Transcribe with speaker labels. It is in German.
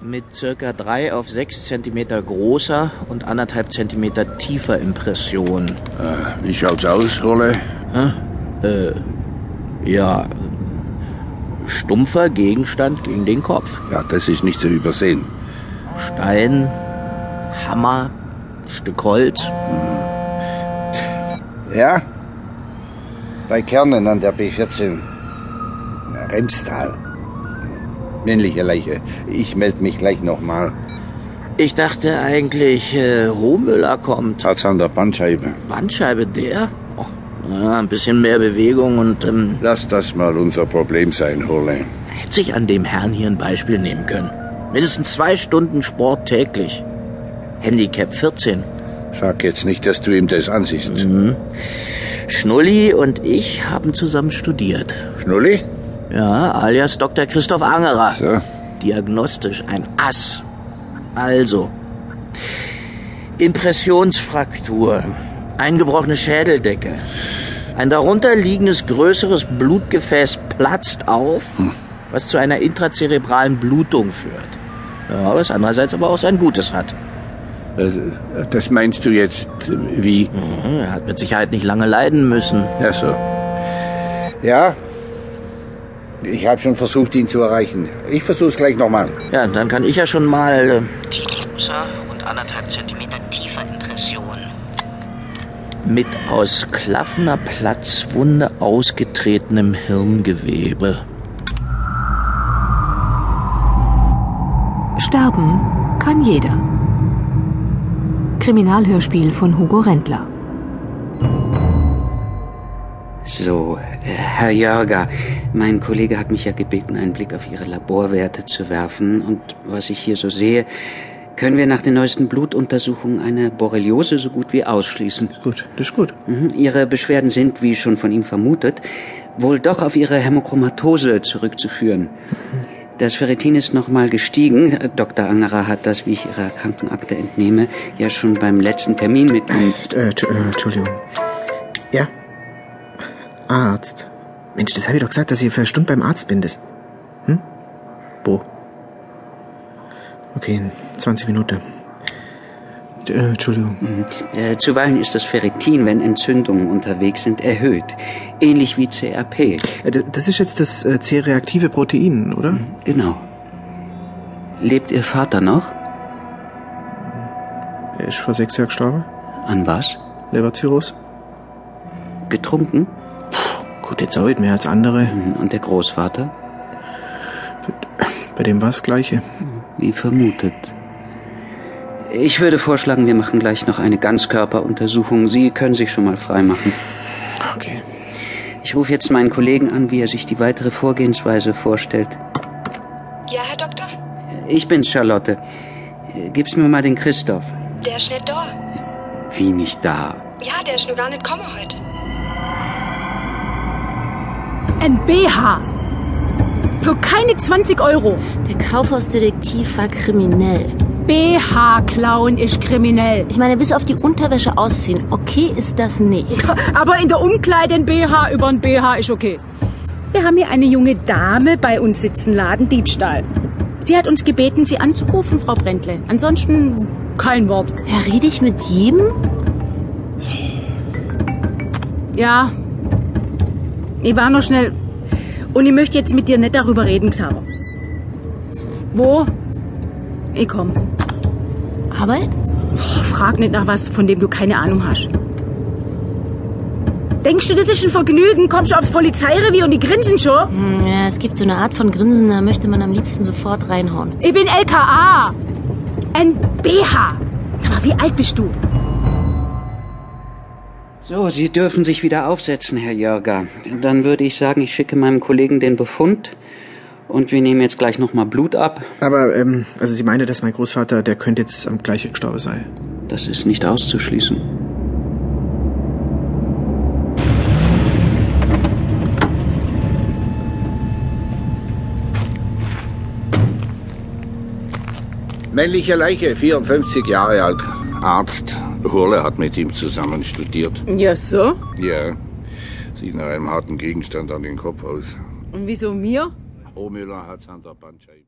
Speaker 1: mit circa 3 auf 6 Zentimeter großer und anderthalb Zentimeter tiefer Impression.
Speaker 2: Äh, wie schaut's aus, Rolle?
Speaker 1: Äh, ja, stumpfer Gegenstand gegen den Kopf.
Speaker 2: Ja, das ist nicht zu übersehen.
Speaker 1: Stein, Hammer, Stück Holz.
Speaker 2: Ja? Bei Kernen an der B14. Na, Remstal. Männliche Leiche. Ich melde mich gleich nochmal.
Speaker 1: Ich dachte eigentlich, äh, Hohmüller kommt.
Speaker 2: Als an der Bandscheibe.
Speaker 1: Bandscheibe der? Oh, ja, ein bisschen mehr Bewegung und ähm,
Speaker 2: Lass das mal unser Problem sein, Hole.
Speaker 1: hätte sich an dem Herrn hier ein Beispiel nehmen können. Mindestens zwei Stunden Sport täglich. Handicap 14.
Speaker 2: Sag jetzt nicht, dass du ihm das ansiehst.
Speaker 1: Schnulli und ich haben zusammen studiert.
Speaker 2: Schnulli?
Speaker 1: Ja, alias Dr. Christoph Angerer.
Speaker 2: So.
Speaker 1: Diagnostisch ein Ass. Also, Impressionsfraktur, eingebrochene Schädeldecke, ein darunterliegendes größeres Blutgefäß platzt auf, was zu einer intrazerebralen Blutung führt. Ja, was andererseits aber auch sein Gutes hat.
Speaker 2: Äh, Das meinst du jetzt äh, wie?
Speaker 1: Mhm, Er hat mit Sicherheit nicht lange leiden müssen.
Speaker 2: Ja, so. Ja? Ich habe schon versucht, ihn zu erreichen. Ich versuch's gleich nochmal.
Speaker 1: Ja, dann kann ich ja schon mal... Äh,
Speaker 3: Tief größer und anderthalb Zentimeter tiefer Impression.
Speaker 1: mit aus klaffender Platzwunde ausgetretenem Hirngewebe.
Speaker 4: Sterben kann jeder. Kriminalhörspiel von Hugo Rendler.
Speaker 5: So, äh, Herr Jörger, mein Kollege hat mich ja gebeten, einen Blick auf Ihre Laborwerte zu werfen. Und was ich hier so sehe, können wir nach den neuesten Blutuntersuchungen eine Borreliose so gut wie ausschließen.
Speaker 6: Gut, das ist gut.
Speaker 5: Mhm, Ihre Beschwerden sind, wie schon von ihm vermutet, wohl doch auf Ihre Hämochromatose zurückzuführen. Das Ferritin ist nochmal gestiegen. Äh, Dr. Angerer hat das, wie ich Ihrer Krankenakte entnehme, ja schon beim letzten Termin mitgenommen.
Speaker 6: Äh, Tsch- äh, Entschuldigung. Ja? Arzt. Mensch, das habe ich doch gesagt, dass ihr verstummt beim Arzt bin. das. Hm? Wo? Okay, in 20 Minuten. Äh, Entschuldigung.
Speaker 5: Äh, Zuweilen ist das Ferritin, wenn Entzündungen unterwegs sind, erhöht. Ähnlich wie CRP.
Speaker 6: Äh, d- Das ist jetzt das äh, C-reaktive Protein, oder?
Speaker 5: Genau. Lebt Ihr Vater noch?
Speaker 6: Er ist vor sechs Jahren gestorben.
Speaker 5: An was?
Speaker 6: Leberzirrhose.
Speaker 5: Getrunken?
Speaker 6: Gut, jetzt auch nicht mehr als andere.
Speaker 5: Hm, Und der Großvater?
Speaker 6: Bei dem war das Gleiche.
Speaker 5: Wie vermutet. Ich würde vorschlagen, wir machen gleich noch eine Ganzkörperuntersuchung. Sie können sich schon mal freimachen.
Speaker 6: Okay.
Speaker 5: Ich rufe jetzt meinen Kollegen an, wie er sich die weitere Vorgehensweise vorstellt.
Speaker 7: Ja, Herr Doktor?
Speaker 5: Ich bin's, Charlotte. Äh, Gib's mir mal den Christoph.
Speaker 7: Der ist nicht da.
Speaker 5: Wie nicht da?
Speaker 7: Ja, der ist nur gar nicht gekommen heute.
Speaker 8: Ein BH. Für keine 20 Euro.
Speaker 9: Der Kaufhausdetektiv war kriminell.
Speaker 8: BH klauen ist kriminell.
Speaker 9: Ich meine, bis auf die Unterwäsche ausziehen, okay ist das nicht.
Speaker 8: Aber in der Umkleide ein BH über ein BH ist okay. Wir haben hier eine junge Dame bei uns sitzen, Laden Diebstahl. Sie hat uns gebeten, Sie anzurufen, Frau Brentle. Ansonsten kein Wort.
Speaker 9: Ja, rede ich mit jedem?
Speaker 8: Ja. Ich war noch schnell. Und ich möchte jetzt mit dir nicht darüber reden, Xaver. Wo? Ich komm.
Speaker 9: Arbeit?
Speaker 8: Frag nicht nach was, von dem du keine Ahnung hast. Denkst du, das ist ein Vergnügen? Kommst du aufs Polizeirevier und die grinsen schon?
Speaker 9: Hm, Ja, es gibt so eine Art von Grinsen, da möchte man am liebsten sofort reinhauen.
Speaker 8: Ich bin LKA. Ein BH. Sag mal, wie alt bist du?
Speaker 5: So, Sie dürfen sich wieder aufsetzen, Herr Jörger. Dann würde ich sagen, ich schicke meinem Kollegen den Befund und wir nehmen jetzt gleich nochmal Blut ab.
Speaker 6: Aber, ähm, also sie meinte, dass mein Großvater, der könnte jetzt am gleichen gestorben sein.
Speaker 5: Das ist nicht auszuschließen.
Speaker 2: Männliche Leiche, 54 Jahre alt. Arzt. Hurle hat mit ihm zusammen studiert.
Speaker 8: Ja, so.
Speaker 2: Ja. Sieht nach einem harten Gegenstand an den Kopf aus.
Speaker 8: Und wieso mir?
Speaker 2: Rohmüller hat's an der Bandscheibe.